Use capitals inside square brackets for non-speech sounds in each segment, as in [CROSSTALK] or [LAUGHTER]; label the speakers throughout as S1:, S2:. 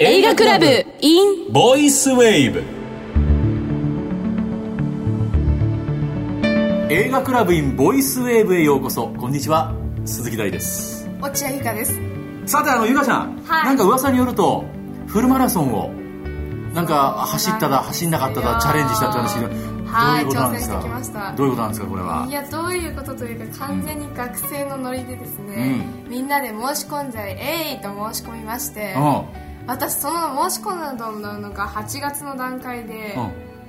S1: 映画クラブ in
S2: ボイスウェーブ映画クラブインボイスウェーブへようこそこんにちは鈴木大です
S3: 落合ゆかです
S2: さてあのゆかちゃん、
S3: はい
S2: なんか噂によるとフルマラソンをなんか走っただ走んなかっただチャレンジしたって話
S3: はい
S2: どういうことなんですか
S3: 挑戦してきました
S2: どういうことなんですかこれはい
S3: やどういうことというか完全に学生のノリでですね、みんなで申し込んじゃええいと申し込みまして、私その申し込んだのが8月の段階で、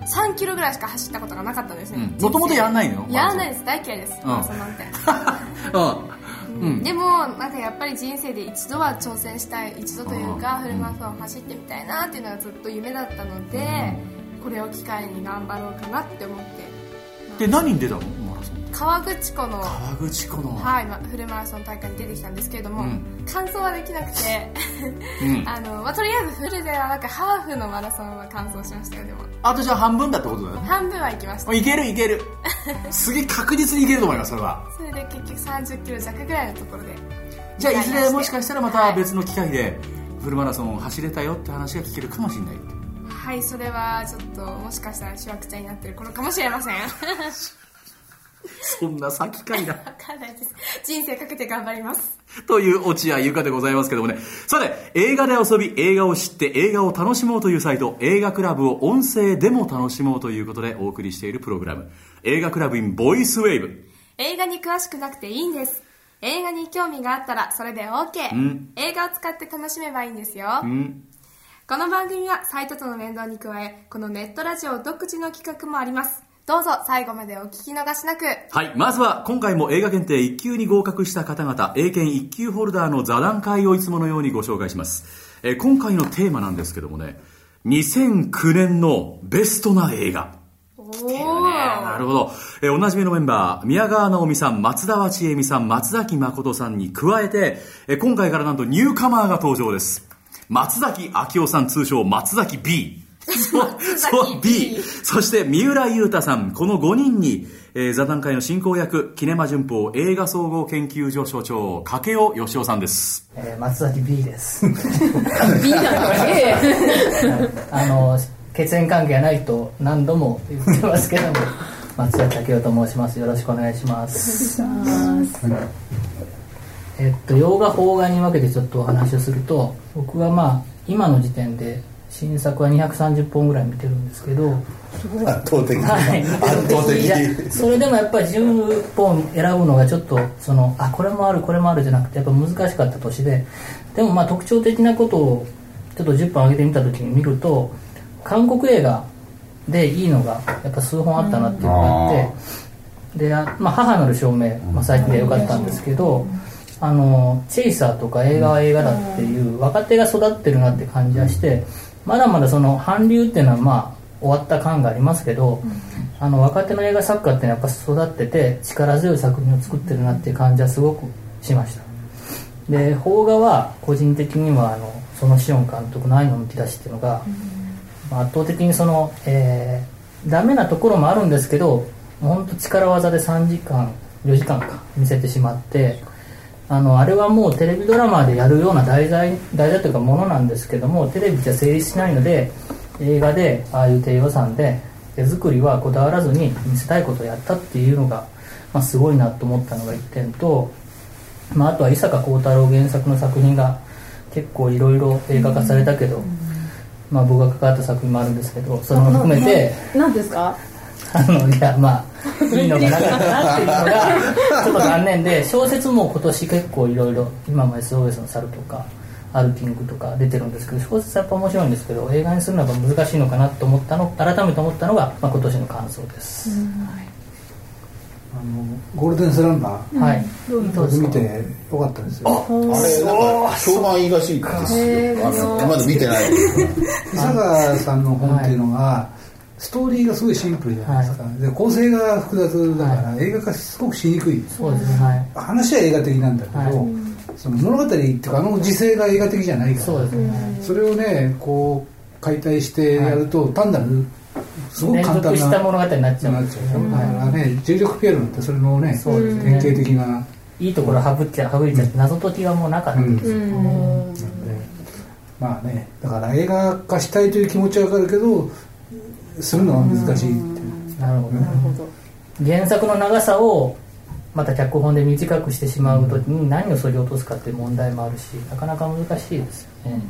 S3: 3キロぐらいしか走ったことがなかったんですね
S2: うんもともとやんないの
S3: やらない
S2: い
S3: です大嫌いです、
S2: うん
S3: マラソンなんて
S2: うん、うん、
S3: でもなんかやっぱり人生で一度は挑戦したい一度というか
S2: うん
S3: フルマラソンを走ってみたいなっていうのがずっと夢だったので、これを機会に頑張ろうかなって思って
S2: で何に出たのマラソンって
S3: 川口湖の、は
S2: 川口湖の、
S3: いま、フルマラソン大会に出てきたんですけれども、
S2: うん
S3: 完走はできなくて
S2: うん、
S3: [LAUGHS] あの、まあ、とりあえずフルではなくハーフのマラソンは完走しましたよでも
S2: あとじゃあ半分だってことだよね
S3: 半分は行きました
S2: いけるい [LAUGHS] けるすげえ確実にいけると思いますそれは
S3: それで結局3 0キロ弱ぐらいのところで
S2: じゃあいずれ
S3: はい
S2: もしかしたらまた別の機会でフルマラソンを走れたよって話が聞けるかもしれない
S3: はいそれはちょっともしかしたらしわくちゃになってる頃かもしれません [LAUGHS] わ
S2: そんな先かい [LAUGHS] な
S3: かんないです人生かけて頑張ります
S2: という落合ゆかでございますけどもねさて映画で遊び映画を知って映画を楽しもうというサイト映画クラブを音声でも楽しもうということでお送りしているプログラム映画クラブ in ボイスウェーブ
S3: 映画に詳しくなくていいんです映画に興味があったらそれで OK、
S2: ん
S3: 映画を使って楽しめばいいんですよ、
S2: うん
S3: この番組はサイトとの連動に加えこのネットラジオ独自の企画もありますどうぞ最後までお聞き逃しなく
S2: はい。まずは、今回も映画検定1級に合格した方々、英検1級ホルダーの座談会をいつものようにご紹介します。えー今回のテーマなんですけどもね、2009年のベストな映画。
S3: おお
S2: なるほど。えーおなじみのメンバー、宮川直美さん、松田千恵美さん、松崎誠さんに加えて、えー今回からなんとニューカマーが登場です。松崎明夫さん、通称松崎 B。そう、 [LAUGHS] そう、B。そして、三浦祐太さん、この5人に、えー座談会の進行役、キネマ旬報映画総合研究所所長、掛尾義雄さんです。
S4: えー松崎 B です
S1: B なの
S4: あの血縁関係がないと何度も言ってますけど [LAUGHS] も松崎武雄と申しますよろしくお願いしますえっと洋画邦画に分けてちょっとお話をすると僕はまあ今の時点で新作は230本ぐらい見てるんですけど
S5: 圧倒的に
S4: はい
S5: 圧倒的
S4: いや
S5: に
S4: それでもやっぱり10本選ぶのがちょっとそのあこれもあるこれもあるじゃなくてやっぱ難しかった年ででもまあ特徴的なことをちょっと10本上げてみた時に見ると韓国映画でいいのがやっぱ数本あったなっていうのがあって、であまあ、母なる証明、まあ、最近で良かったんですけど、あのチェイサーとか映画は映画だっていう若手が育ってるなって感じはしてまだまだその韓流っていうのはまあ終わった感がありますけど、あの若手の映画作家っていうのはやっぱ育ってて力強い作品を作ってるなっていう感じはすごくしましたで邦画は個人的にはあのそのシオン監督の「愛のむき出し」っていうのが、まあ圧倒的にその、えーダメなところもあるんですけど本当力技で3時間4時間か見せてしまってあのあれはもうテレビドラマでやるような題材題材というかものなんですけどもテレビじゃ成立しないので映画でああいう低予算で手作りはこだわらずに見せたいことをやったっていうのが、まあ、すごいなと思ったのが1点とまあ、あとは伊坂幸太郎原作の作品が結構いろいろ映画化されたけど、まあ、僕が関わった作品もあるんですけどそれも含めて
S1: 何ですか
S4: [LAUGHS] あのいやまあいいのがなかったなっていうのがちょっと残念で小説も今年結構いろいろ今も SOS の猿とかアルキングとか出てるんですけど小説はやっぱ面白いんですけど映画にするのが難しいのかなと思ったの改めて思ったのが、まあ、今年の感想です、
S5: あのゴールデンスランダー
S4: はいどうですか
S5: 見てよかったですよ
S6: あれなんか評判いいらしいですよ。あのまだ見てない。
S5: 伊坂さんの本っていうのがストーリーがすごいシンプルじゃないですかで構成が複雑だから映画化すごくしにくい
S4: そうですねはい
S5: 話は映画的なんだけ
S4: は
S5: どその物語っていうかあの時勢が映画的じゃないか
S4: そう
S5: ら
S4: ですね、
S5: それをねこう解体してやると単なるすごく
S4: 連
S5: 簡単
S4: 続した
S5: な
S4: 物語になっちゃう
S5: なんっ
S4: で
S5: ち
S4: す
S5: ゃ
S4: よね
S5: うでしょだからね重力ピエロなんてそれのね典型的ない
S4: いところ省っちゃ省いちゃって謎解きはもうなかった
S5: うん
S1: うん
S5: ねまあねだから映画化したいという気持ちはわかるけどするのは難しいっていう
S4: なるほどね
S1: なるほど。
S4: 原作の長さをまた脚本で短くしてしまうときに何をそぎ落とすかっていう問題もあるしなかなか難しいですよね、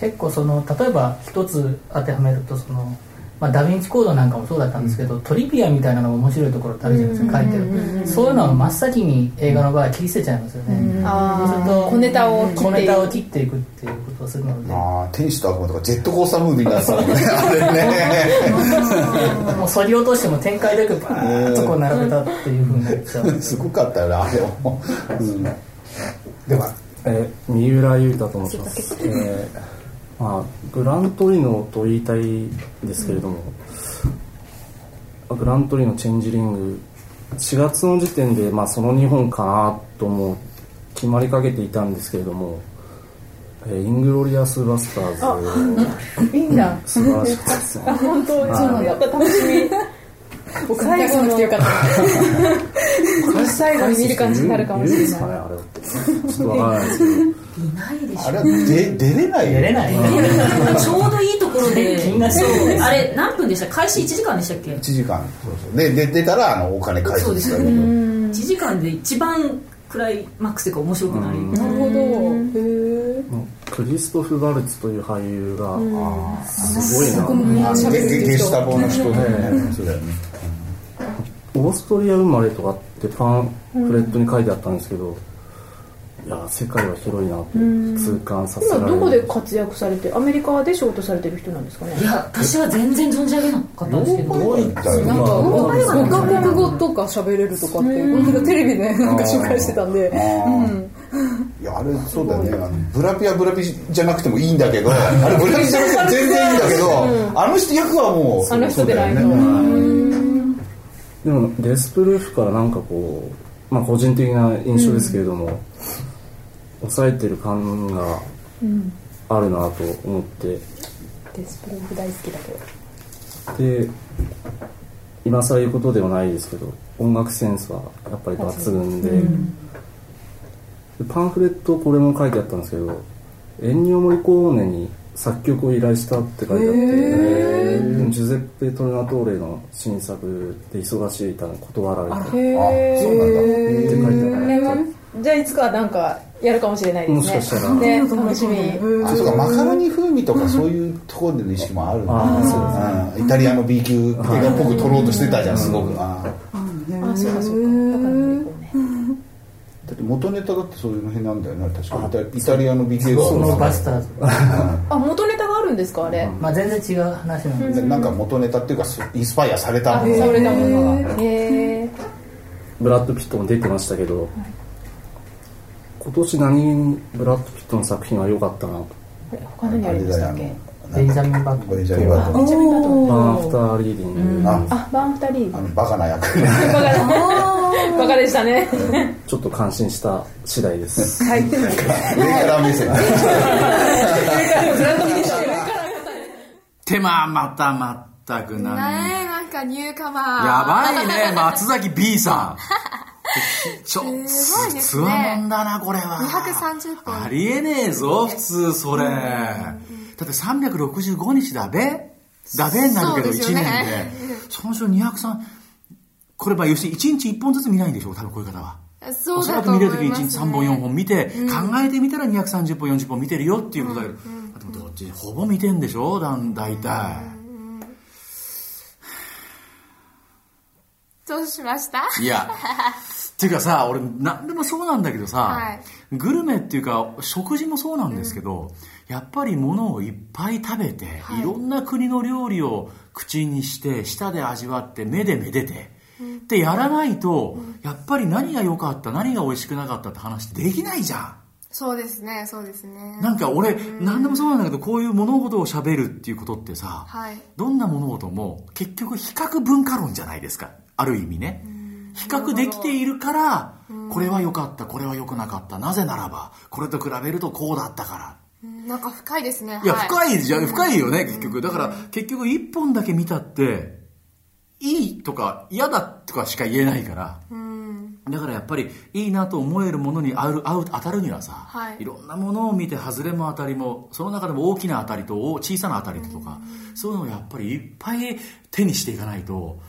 S4: 結構その例えば一つ当てはめるとその、まあ、ダ・ヴィンチコードなんかもそうだったんですけど、トリビアみたいなのが面白いところってあるじゃないですか書いてる、そういうのは真っ先に映画の場合切り捨てちゃいますよね、
S1: あ
S4: そうする
S1: あ、
S4: と
S1: 小ネタを切っていく
S4: 小ネタを切っていくっていうことをするので
S6: ああ天使と悪魔とかジェットコースタームービーになってた [LAUGHS] もんねあれね
S4: もうそり落としても展開だけバーッとこう並べたっていうふうになっちゃうんです
S6: ごかったよねあれも、うん、
S5: では
S7: えー三浦優太と申します、えーまあ、グラントリノと言いたいですけれども、グラントリノチェンジリング4月の時点で、まあ、その2本かなともう決まりかけていたんですけれども、えーイングロリアスバスターズ
S8: いいんだ。
S7: 素晴らしかったですね
S8: 本当、
S7: はい
S8: そうなんだ。楽しみ。最後のよかった。最後に見る感じになるかもし
S7: いるん
S8: れ
S7: です
S8: ない
S7: かね。あれってちょっとわからないですけど
S6: あれは出出れないよ
S4: 出れない
S9: [LAUGHS] ちょうどいいところで
S4: みんなそう
S9: あれ何分でした開始1時間でしたっけ
S6: 1時間そうそうでで出たらあのお金返すんですよね
S9: 1時間で一番クライマックスというか面白くなるよ
S8: なるほど。へえ。
S7: クリストフ・バルツという俳優がすごいな
S6: あのゲゲゲスタボの人だよねそうだよね
S7: オーストリア生まれとかってパンフレットに書いてあったんですけど、いや世界は広いなって痛感させられ
S8: 今
S7: る
S8: どこで活躍されて、アメリカで仕事されてる人なんですかね
S9: い。や私は全然存じ上げなかったんですけど
S6: どういったよね
S8: なんか5カ国語とか喋れるとかって、この間テレビでなんか紹介してたんで、
S6: いやあれそうだよねあのブラピはブラピじゃなくてもいいんだけどあれブラピじゃなくても全然いいんだけどあの人役はもう
S8: あの人でない
S6: そうだよね
S7: でもデスプルーフからなんかこう、まあ、個人的な印象ですけれども、抑えてる感があるなと思って
S8: デスプローフ大好きだけど。
S7: で今更言うことではないですけど音楽センスはやっぱり抜群で,、でパンフレットこれも書いてあったんですけどエンニオ・モリコーネに作曲を依頼したって書いてあって、ジュゼッペ・トルナトーレの新作で忙しいため断られたって
S8: へ
S6: あそうなん
S7: 書いてあ
S8: え
S7: っ
S8: じゃあいつかはなんかやるかもしれないですね。
S7: もしかしたら
S8: ね、楽しみ。
S6: だあそうかマカロニ風味とかそういうところでの意識もあるんだ
S7: あ
S6: うんイタリアの B 級映画っぽく撮ろうとしてたじゃんすごくあー
S8: あ、そうかそうか。だからねこうね。
S6: だって元ネタだってそれの辺なんだよね確かイタイタリアの B 級映画
S4: そのバスターズ、
S8: あ、元ネタがあるんですかあれ。
S4: まあ、全然違う話なんです、
S6: でなんか元ネタっていうかそインスパイアされた
S8: あ、
S6: もの
S8: それだものが。へえ。
S7: ブラッド・ピットも出てましたけど、今年何気にブラッド・ピットの作品は良かったなと
S8: あれ他何ありましたっけ？
S4: ベンジャミン・バック
S6: ベンジャミンバートン
S8: めちゃめちゃと。
S7: バーン・アフター・リーディング、
S6: あ
S8: あ、バーン二人。
S6: あのバカな
S8: [LAUGHS]
S6: 役
S8: バカだ。バカでしたね。
S7: ちょっと感心した次第です
S8: はい。
S6: [LAUGHS] 上から目線
S2: てまあまたまったくなん
S3: ねえなんかニューカマー
S2: やばい
S3: [LAUGHS]
S2: ね、松崎 B さん。ちょ、
S3: すごいですね
S2: つわもんだな、これは。
S3: 230
S2: あ
S3: 本
S2: りえねえぞ、普通、それ。だって365日だべだべになるけど、1
S3: そ
S2: 年
S3: うですよ
S2: で
S3: ね。
S2: その人203、これ、まあ、要するに1日1本ずつ見ないんでしょう、多分こういう方は。
S3: そう
S2: そ
S3: だ
S2: ら
S3: と
S2: く
S3: 思
S2: 見
S3: い
S2: れ
S3: ま
S2: る
S3: す、
S2: 時
S3: ね、
S2: に1日3本4本見て、考えてみたら230本40本見てるよっていうことだけど、だってどっちほぼ見てんでしょだん大体、
S3: どうしました
S2: いやっていうかさ俺何でもそうなんだけどさ、
S3: はい
S2: グルメっていうか食事もそうなんですけど、やっぱり物をいっぱい食べて、い、ろんな国の料理を口にして舌で味わって目でめでて、ってやらないと、やっぱり何が良かった何が美味しくなかったって話できないじゃん
S3: そうですねそうですね
S2: なんか俺、何でもそうなんだけど、こういう物事を喋るっていうことってさ、
S3: はい
S2: どんな物事も結局比較文化論じゃないですか。ある意味ね。比較できているから、これは良かった、これは良くなかった。なぜならば、これと比べるとこうだったから。
S3: なんか深いですね
S2: いや、
S3: はい
S2: 深いじゃん、深いよね、結局。だから、結局一本だけ見たって、いいとか嫌だとかしか言えないから、
S3: うん
S2: だからやっぱりいいなと思えるものに合う合う当たるにはさ、
S3: はい
S2: ろんなものを見て外れも当たりもその中でも大きな当たりと小さな当たりとか、そういうのをやっぱりいっぱい手にしていかないと、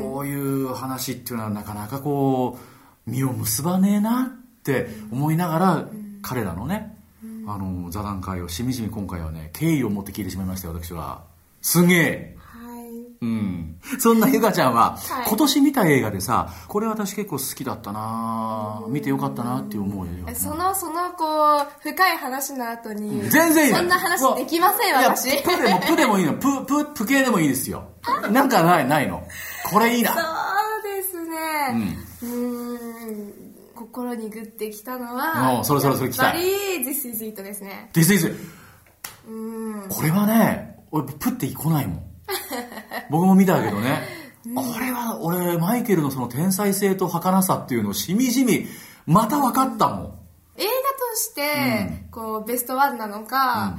S2: こういう話っていうのはなかなかこう実を結ばねえなって思いながら彼らのね、あの座談会をしみじみ今回はね敬意を持って聞いてしまいましたよ私はすげえ
S3: はい
S2: うんそんなゆかちゃんは、
S3: はい
S2: 今年見た映画でさこれ私結構好きだったな見てよかったなって思うよ
S3: えそのそのこう深い話の後に
S2: 全然いいの
S3: そんな話できません
S2: いや
S3: 私
S2: プでもプでもいいのプププ系でもいいですよなんかないないのこれいいな
S3: そうですね。うーん。心にグッてきたの
S2: おう
S3: は、
S2: そろそろそれ来た
S3: やっぱり、This is it ですね。
S2: This is
S3: うーん。
S2: これはね俺プって来ないも
S3: [LAUGHS]
S2: ん僕も見たけどねこれは俺マイケルのその天才性と儚さっていうのをしみじみまた分かったもん
S3: 映画として、こう、ベストワンなのか、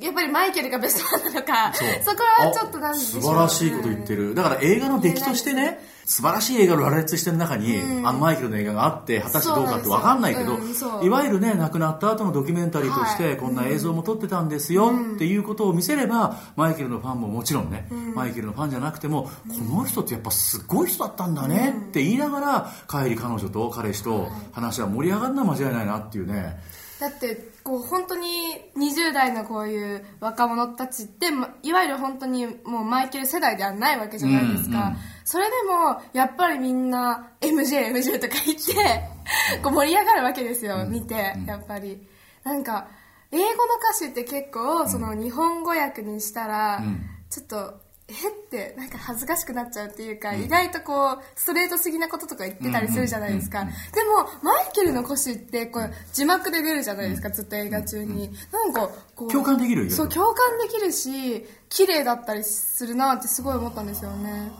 S3: やっぱりマイケルがベストワンなのか、そこはちょっとなん
S2: あ
S3: でしょ
S2: 素
S3: う
S2: 晴らしいこと言ってるだから映画の出来として
S3: 言えない
S2: ね素晴らしい映画の羅列してる中に、あのマイケルの映画があって果たしてどうかって分かんないけど、
S3: そうなんですようんそう
S2: いわゆるね亡くなった後のドキュメンタリーとして、
S3: はい
S2: こんな映像も撮ってたんですよ、っていうことを見せればマイケルのファンももちろんね、マイケルのファンじゃなくても、この人ってやっぱすごい人だったんだねって言いながら帰り彼女と彼氏と話は盛り上がるのは間違いないなっていうね
S3: だってこう本当に20代のこういう若者たちってまいわゆる本当にもうマイケル世代ではないわけじゃないですか、
S2: うんうん
S3: それでもやっぱりみんな MJMJ とか言ってこう盛り上がるわけですよ見てやっぱりなんか英語の歌詞って結構その日本語訳にしたら
S2: ん
S3: ちょっとえってなんか恥ずかしくなっちゃうっていうか、意外とこうストレートすぎなこととか言ってたりするじゃないですか、でもマイケルの歌詞ってこう字幕で出るじゃないですか、ずっと映画中に、なんかこう
S2: 共感できるよ
S3: そう共感できるし綺麗だったりするなってすごい思ったんですよね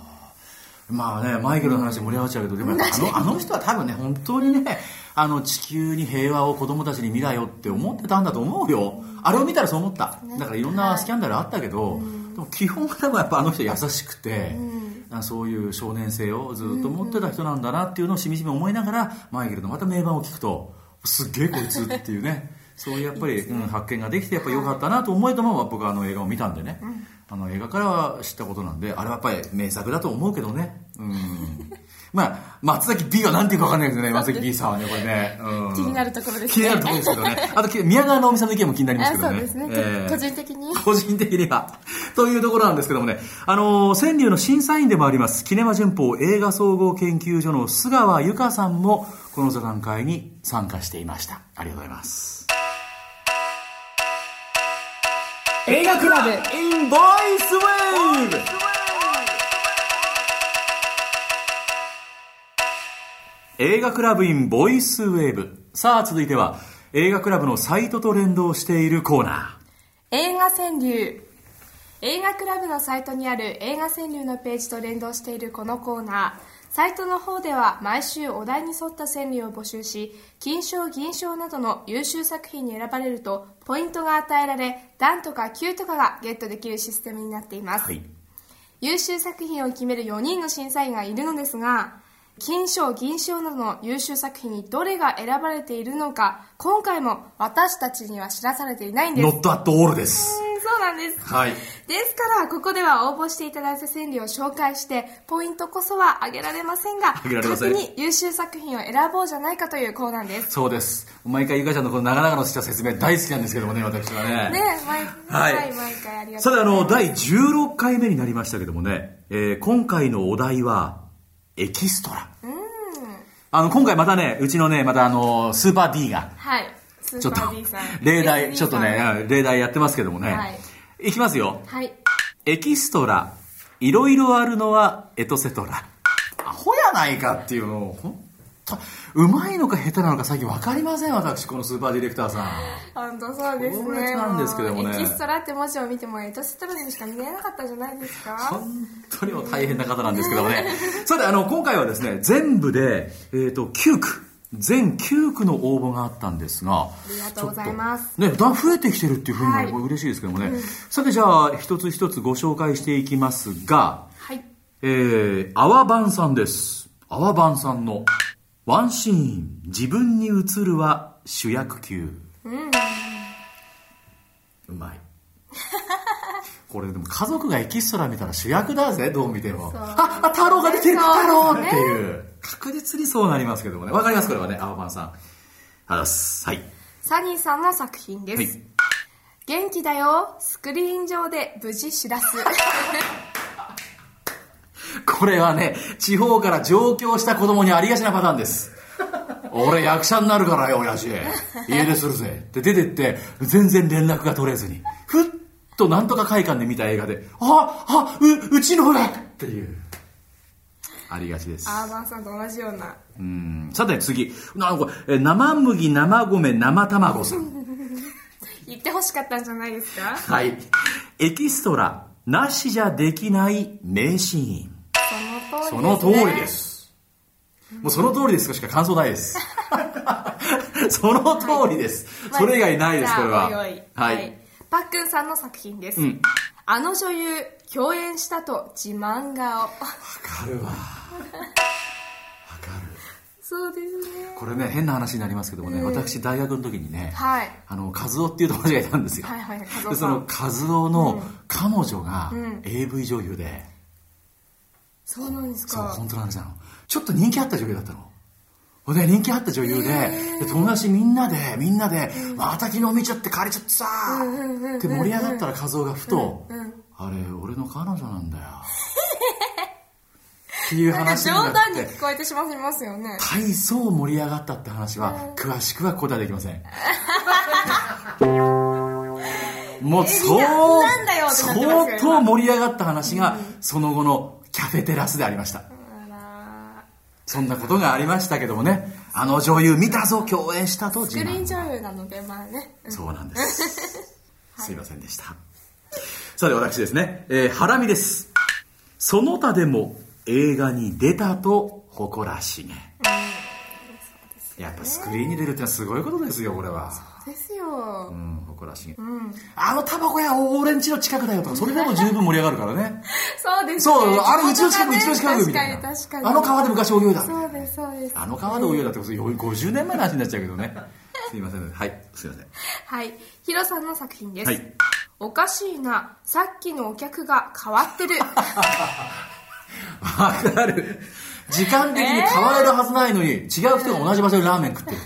S2: まあね、マイケルの話盛り上がっちゃうけど、でもやっぱあの [LAUGHS] あの人は多分ね、本当にね、あの地球に平和を子供たちに見だよって思ってたんだと思うよ。あれを見たらそう思った。だからいろんなスキャンダルあったけど、でも基本はでもやっぱあの人優しくて、あそういう少年性をずっと持ってた人なんだなっていうのをしみじみ思いながら、マイケルのまた名盤を聞くと、すっげえこいつっていうね、そういうやっぱりうん、発見ができてやっぱ良かったなと思いとも僕はあの映画を見たんでね。あの映画からは知ったことなんであれはやっぱり名作だと思うけどねうん
S3: [LAUGHS]
S2: まあ松崎 B はなんていうかわかんないですね松崎 B さんはねこれね、うん、
S3: 気になるところですね
S2: 気になるところですけどねあとき宮川直美さんの意見も気になります
S3: あ
S2: けど
S3: そう
S2: ね
S3: ですね、
S2: ええ
S3: 個人的に
S2: 個人的には。 [LAUGHS] というところなんですけどもね、あのー川柳の審査員でもあります、キネマ旬報映画総合研究所の須川由香さんも、この座談会に参加していました。ありがとうございます。映画クラブ in ボイスウェーブ映画クラブ in ボイスウェーブ。さあ、続いては、映画クラブのサイトと連動しているコーナー。
S3: 映画川柳映画クラブのサイトにある映画川柳のページと連動しているこのコーナーサイトの方では毎週お題に沿った川柳を募集し金賞銀賞などの優秀作品に選ばれるとポイントが与えられ段とか9とかがゲットできるシステムになっています、
S2: はい。
S3: 優秀作品を決める4人の審査員がいるのですが金賞銀賞などの優秀作品にどれが選ばれているのか今回も私たちには知らされていないんです
S2: ノットアットオールです。
S3: うんそうなんです
S2: はい。
S3: ですからここでは応募していただいた川柳を紹介してポイントこそは上げられませんが
S2: 上げられません
S3: 勝手に優秀作品を選ぼうじゃないかというコーナーです
S2: そうです。毎回ゆかちゃんのこの長々とした説明大好きなんですけどもね、私はね。
S3: ね毎
S2: はい
S3: 回、毎回ありがと
S2: さ
S3: う
S2: て、あの、
S3: ございます
S2: 第16回目になりましたけどもね、えー今回のお題は、エキストラ。あの、今回またね、うちのね、またあの、スーパー D が、
S3: はいス
S2: ちょ
S3: ー
S2: っ
S3: パ
S2: と
S3: ー D さん、
S2: 例
S3: SD
S2: 題、ちょっと
S3: さん
S2: ね、例題やってますけどもね。、
S3: はい
S2: きますよ。
S3: はい
S2: エキストラ、いろいろあるのはエトセトラ。アホやないかっていうのを、ほんと、うまいのか下手なのか最近わかりません、私、このスーパーディレクターさん。
S3: 本当そうです
S2: 強烈
S3: ね
S2: なんですけどもね
S3: うエキストラって文字を見てもエトセトラにしか見えなかったじゃないですか
S2: 本当にもう大変な方なんですけどもね。 [LAUGHS] さて、あの、今回はですね、全部で、えっ、と、9区。全9区の応募があったんですが、あ
S3: りがとうございます
S2: ね、だん増えてきてるっていうふうに
S3: はい
S2: これ嬉しいですけどもね。さて、じゃあ、一つ一つご紹介していきますが、
S3: はい
S2: えー、あわばんさんです。あわばんさんの、ワンシーン自分に映るは主役級
S3: うん
S2: うまい [LAUGHS] これでも家族がエキストラ見たら主役だぜどう見てもああ太郎が出てる
S3: そう
S2: 太郎っていう確実にそうなりますけどもねわかりますこれはね青パンさんあざっすはい
S3: サニーさんの作品です、
S2: はい
S3: 元気だよスクリーン上で無事知らす [LAUGHS]
S2: [LAUGHS] これはね、地方から上京した子供にありがちなパターンです。俺役者になるからよ、親父。家出するぜ。って出てって、全然連絡が取れずに。ふっとなんとか会館で見た映画で、あ、あ、う、うちの親っていう。ありがちです。
S3: アーバンさんと同じような
S2: うんさて次。なんか、え生麦、生米、生卵さん。
S3: 言ってほしかったんじゃないですか
S2: はい。エキストラ、なしじゃできない名シーン。
S3: そ
S2: その
S3: の通
S2: 通
S3: りですね
S2: りです。もうその通りですかしか感想ない
S3: [LAUGHS]
S2: です。その通りです。それ以外ないです、
S3: まあ
S2: これは。
S3: じゃあおいおい
S2: は
S3: はい
S2: い。
S3: パックンさんの作品です、
S2: うん
S3: あの女優共演したと自慢顔 [LAUGHS]
S2: わかるわ。わかる。
S3: そうですね
S2: これね、変な話になりますけどもね、私、大学の時にね、
S3: はい
S2: あの、和夫っていう友達がいたんですよ。
S3: はいはい和夫さん
S2: で、その和夫の彼女が
S3: うん
S2: AV 女優で、
S3: そうなんです
S2: そう
S3: か
S2: 本当の話なのちょっと人気あった女優だったのほんで人気あった女優で,、で友達みんなでみんなで、また昨日見ちゃって借りちゃってさー、って盛り上がったら和夫がふと、あれ俺の彼女なんだよっていう
S3: なんか
S2: 話にな
S3: 冗
S2: っ
S3: 談に
S2: て
S3: 聞こえてしまいますよね
S2: 大層盛り上がったって話は詳しくは答えできませんもう相
S3: えみんななんだよってなってますよ
S2: 相当盛り上がった話がその後のキャフェテラスでありました
S3: あ
S2: そんなことがありましたけどもね、あの女優見たぞ、共演したと
S3: らス
S2: 自
S3: クリーン
S2: 慢。
S3: 女優なのでまあね
S2: そうなん
S3: [LAUGHS]
S2: です。すいませんでした。さて、私ですね、えー、ハラミです。その他でも映画に出たと誇らしげ。やっぱスクリーンに出るってのはすごいことですよ、これは。
S3: ですよ、
S2: うん、誇らしげ。あのタバコ屋、俺んちの近くだよとか、それでも十分盛り上がるからね。
S3: そうですね
S2: そう、あれうちの近く、うちの近くみたい
S3: 確か
S2: な
S3: に確か。に
S2: あの川で昔泳いだ。
S3: そうですそうです
S2: あの川で泳いだってこと、50年前の話になっちゃうけど
S3: [LAUGHS]
S2: ね。すいません。はい、すいません。
S3: はいヒロさんの作品です、
S2: はい
S3: おかしいなさっきのお客が変わ
S2: [LAUGHS]
S3: ってる
S2: わかる。時間的に変われるはずないのに、違う人が同じ場所でラーメン食ってる。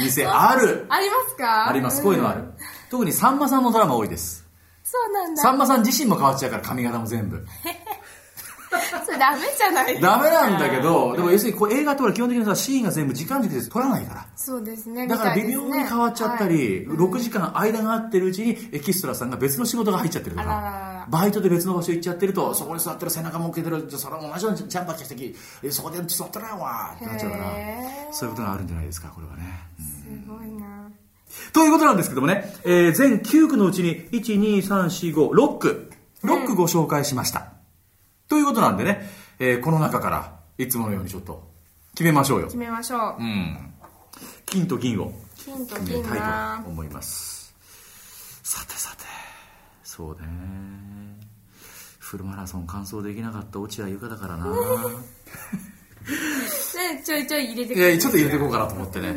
S2: 店ある。
S3: ありますか
S2: あります。こういうのある。特にさんまさんのドラマ多いです。
S3: そうなんだ
S2: さんまさん自身も変わっちゃうから、髪型も全部。
S3: それダメじゃないですか
S2: ダメなんだけど、でも要するにこう映画ってほら基本的にさ、シーンが全部時間軸で撮らないから。
S3: そうですね
S2: だから
S3: み
S2: 微
S3: たいです
S2: 妙
S3: ね
S2: に変わっちゃった
S3: はい
S2: り、6時間間が合ってるうちにエキストラさんが別の仕事が入っちゃってるから
S3: あらららら
S2: バイトで別の場所行っちゃってるとそこに座ってる背中も受けてるじゃあそれも同じようにジャンパー着てきえそこで座ってないわってなっちゃうから
S3: へー
S2: そういうことがあるんじゃないですかこれはね、
S3: すごいな
S2: ということなんですけどもね、えー全9区のうちに12345区6区ご紹介しました、ということなんでね、えーこの中からいつものようにちょっと決めましょうよ
S3: 決、めましょ
S2: う
S3: う
S2: ん、金と銀を
S3: 金と
S2: 決め
S3: 銀
S2: たい
S3: な
S2: と思いますさてさてそうねフルマラソン完走できなかった落合由香だからな
S3: ねちょいちょい入れて
S2: いやちょっと入れていこうかなと思ってね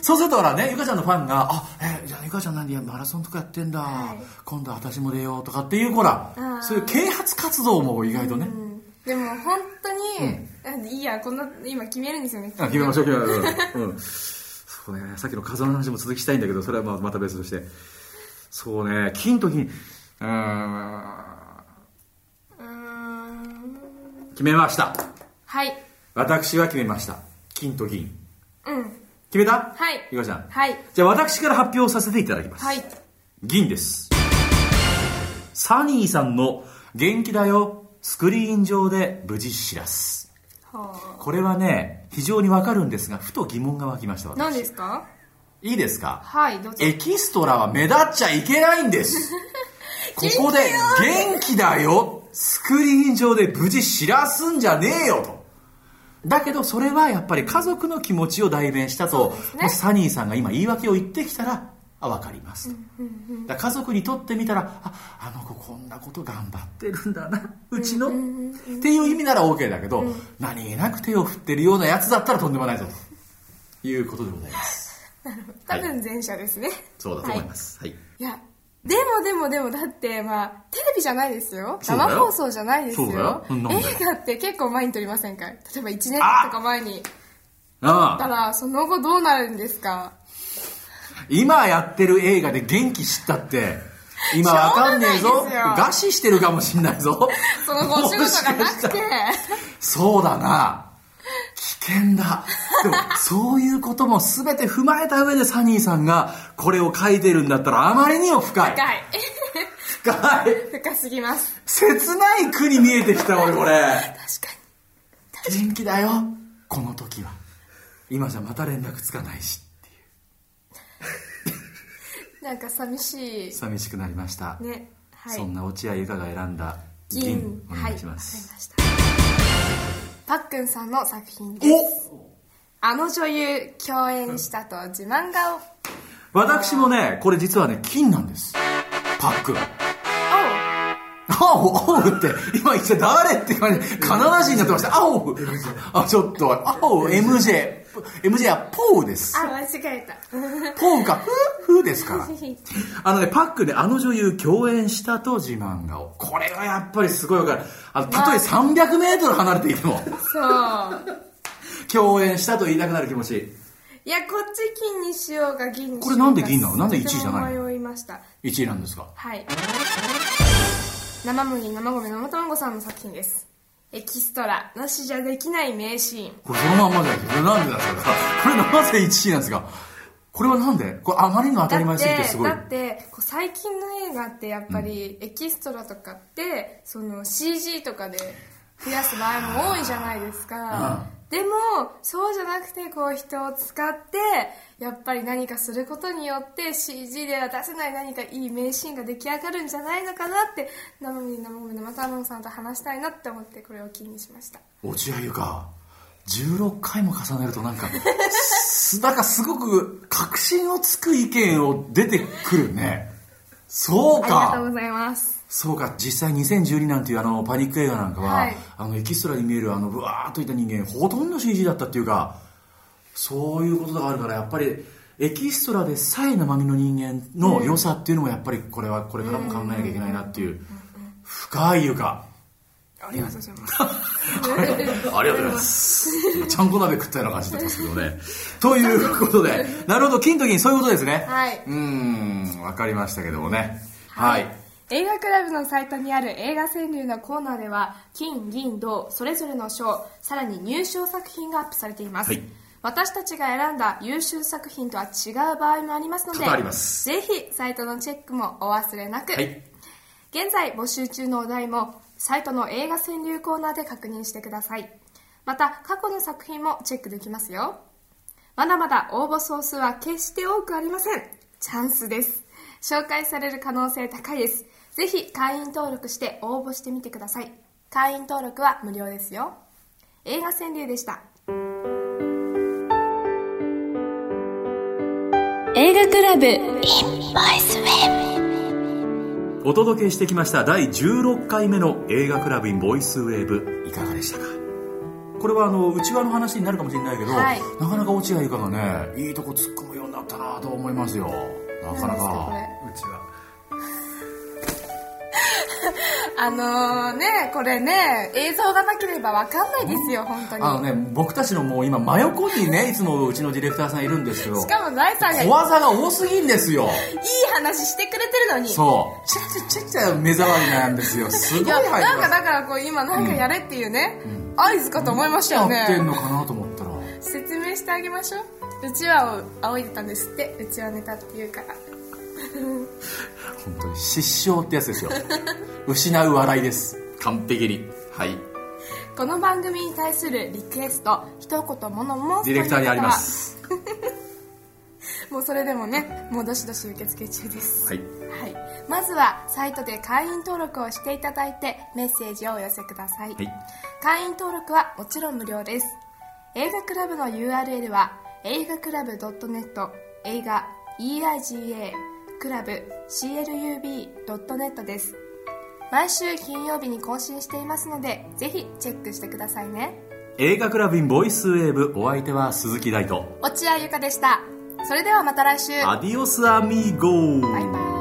S2: そうするとほらね由香ちゃんのファンが「あえじゃあ由香ちゃん何いやマラソンとかやってんだ、今度私も出よう」とかっていうほら
S3: ー
S2: そういう啓発活動も意外とね、
S3: でも本当に、あいいやこんな今決めるんですよね
S2: あ決めましょう決めましょ [LAUGHS] う、うん、そうねさっきの風の話も続きしたいんだけどそれはまあまた別としてそうね金と銀うーん
S3: うーん
S2: 決めました
S3: はい
S2: 私は決めました金と銀
S3: うん
S2: 決めた
S3: はい
S2: ゆかちゃん
S3: はい
S2: じゃあ私から発表させていただきます、
S3: はい
S2: 銀ですサニーさんの「元気だよスクリーン上で無事知らす
S3: は」
S2: これはね非常にわかるんですがふと疑問が湧きました
S3: あ
S2: 私
S3: 何ですか
S2: いいですか
S3: はいどうぞ
S2: エキストラは目立っちゃいけないんです [LAUGHS] ここで元気だよスクリーン上で無事知らすんじゃねえよとだけどそれはやっぱり家族の気持ちを代弁したと、もしサニーさんが今言い訳を言ってきたらあ分かりますと、だから家族にとってみたらああの子こんなこと頑張ってるんだなうちの、っていう意味なら OK だけど、何気なく手を振ってるようなやつだったらとんでもないぞということでございます。
S3: 多分前者ですね、
S2: そうだと思います。はい。
S3: いや、でもでもでも、だって、まあ、テレビじゃないですよ。
S2: そうだよ
S3: 生放送じゃないですよ。
S2: そうだよなんで
S3: 映画って結構前に撮りませんか例えば1年とか前に。
S2: あ
S3: たら、その後どうなるんですか
S2: 今やってる映画で元気知ったって今わかんねえ
S3: しょ
S2: ぞ
S3: うがないです
S2: 餓
S3: よ
S2: 死してるかもしんないぞ
S3: その後お仕事がなくて。
S2: そうだな危険だでもそういうことも全て踏まえた上でサニーさんがこれを書いてるんだったらあまりにも深い
S3: 深い。 [LAUGHS]
S2: 深い
S3: 深すぎます。
S2: 切ない句に見えてきた俺これ
S3: 確かに。
S2: 元気だよこの時は今じゃまた連絡つかないし
S3: なんか寂しい。
S2: 寂しくなりました、
S3: ね。はい。
S2: そんな落合由香が選んだ銀
S3: 銀。
S2: お
S3: は
S2: 願
S3: い。
S2: いしま、
S3: わかりますした。パックンさんの作品です。あの女優、共演したと自慢顔。おう。
S2: 私もね、これ実はね、金なんです。パックン。あお、おうって、今一体誰って感じ、カナダ人になってました。あおう。あ、ちょっと、あおう、MJ。MJ はポーです。
S3: あ、間違えた。
S2: ポーか、ふー、ふーです
S3: [LAUGHS]
S2: から。あのね、パックンであの女優共演したと自慢顔。これはやっぱりすごいわかる。あの、たとえ300メートル離れていても、
S3: そう。
S2: 共演したと言いたくなる気持ち。
S3: いや、こっち金にしようか銀にしようか。
S2: これなんで銀なのなんで一位じゃないの
S3: とても迷いました。
S2: 1位なんですが。
S3: はい。生麦、生米、生卵さんの作品です。エキストラ、なしじゃできない名シーン。
S2: これそのまんまじゃないですか。これなんでなんですかこれなぜ1位なんですかこれはなんでこれあまりにも当たり前すぎてすごい
S3: だっ。てだってこう最近の映画ってやっぱりエキストラとかって、その CG とかで増やす場合も多いじゃないですか、でもそうじゃなくてこう人を使ってやっぱり何かすることによって CG では出せない何かいい名シーンが出来上がるんじゃないのかなってなのに生も生太郎さんと話したいなって思ってこれを気にしました
S2: 落合ゆか、16回も重ねるとなんか、す [LAUGHS] なんかすごく確信をつく意見を出てくるね。そう
S3: ありがとう
S2: か
S3: ございます
S2: そうか実際2012なんていうあのパニック映画なんかは、
S3: はい
S2: あのエキストラに見えるあのぶわーっといた人間ほとんど CG だったっていうかそういうことがあるからやっぱりエキストラでさえ生身の人間の良さっていうのもやっぱりこれはこれからも考えなきゃいけないなっていう深い床
S3: ありがとうございます
S2: [LAUGHS] ありがとうございます。ちゃんこ鍋食ったような感じになってますけどね。ということで、なるほど、金時にそういうことですね。
S3: はいう
S2: ーん、わかりましたけどもね。はい。
S3: 映画クラブのサイトにある映画川柳のコーナーでは金銀銅それぞれの賞さらに入賞作品がアップされています、
S2: はい
S3: 私たちが選んだ優秀作品とは違う場合もありますの
S2: 多
S3: で
S2: 々あります
S3: ぜひサイトのチェックもお忘れなく、
S2: はい
S3: 現在募集中のお題もサイトの映画川柳コーナーで確認してくださいまた過去の作品もチェックできますよまだまだ応募総数は決して多くありませんチャンスです紹介される可能性高いですぜひ会員登録して応募してみてください会員登録は無料ですよ映画川柳でした
S1: 映画クラブ
S2: お届けしてきました第16回目の映画クラブインボイスウェーブ、いかがでしたかこれはあの、内輪の話になるかもしれないけど、
S3: はい
S2: なかなか落合ゆかがね、いいとこ突っ込むようになったなと思いますよ。なかな
S3: こ
S2: か。
S3: れ
S5: うちは
S3: あのー、ねこれね映像がなければわかんないですよ本当に
S2: あのね、僕たちのもう今真横にね、いつもうちのディレクターさんいるんですけど、
S3: しかも財産がいい
S2: 小技が多すぎんですよ。
S3: 話してくれてるのに [LAUGHS]
S2: そう。ちゃちゃちゃ目障りなんですよ。すごい
S3: いや
S2: 入り
S3: なん
S2: ま
S3: か
S2: す。
S3: だからこう今なんかやれっていうね、合図かと思いましたよ
S2: 何やってん
S3: ね
S2: のかなと思ったら。
S3: 説明してあげましょううちわを仰いでたんですってうちわネタっていうから
S2: 本当に失笑ってやつですよ [LAUGHS] 失う笑いです完璧にはい
S3: この番組に対するリクエスト一言ものも
S2: ディレクターにあります
S3: もうそれでもねもうどしどし受付中です
S2: はい
S3: はい、まずはサイトで会員登録をしていただいてメッセージをお寄せください、
S2: はい
S3: 会員登録はもちろん無料です映画クラブの URL は映画クラブ .net 映画 EIGA クラブ CLUB.net です毎週金曜日に更新していますのでぜひチェックしてくださいね
S2: 映画クラブインボイスウェーブお相手は鈴木大と
S3: 落合ゆかでしたそれではまた来週
S2: アディオスアミーゴ
S3: バイバイ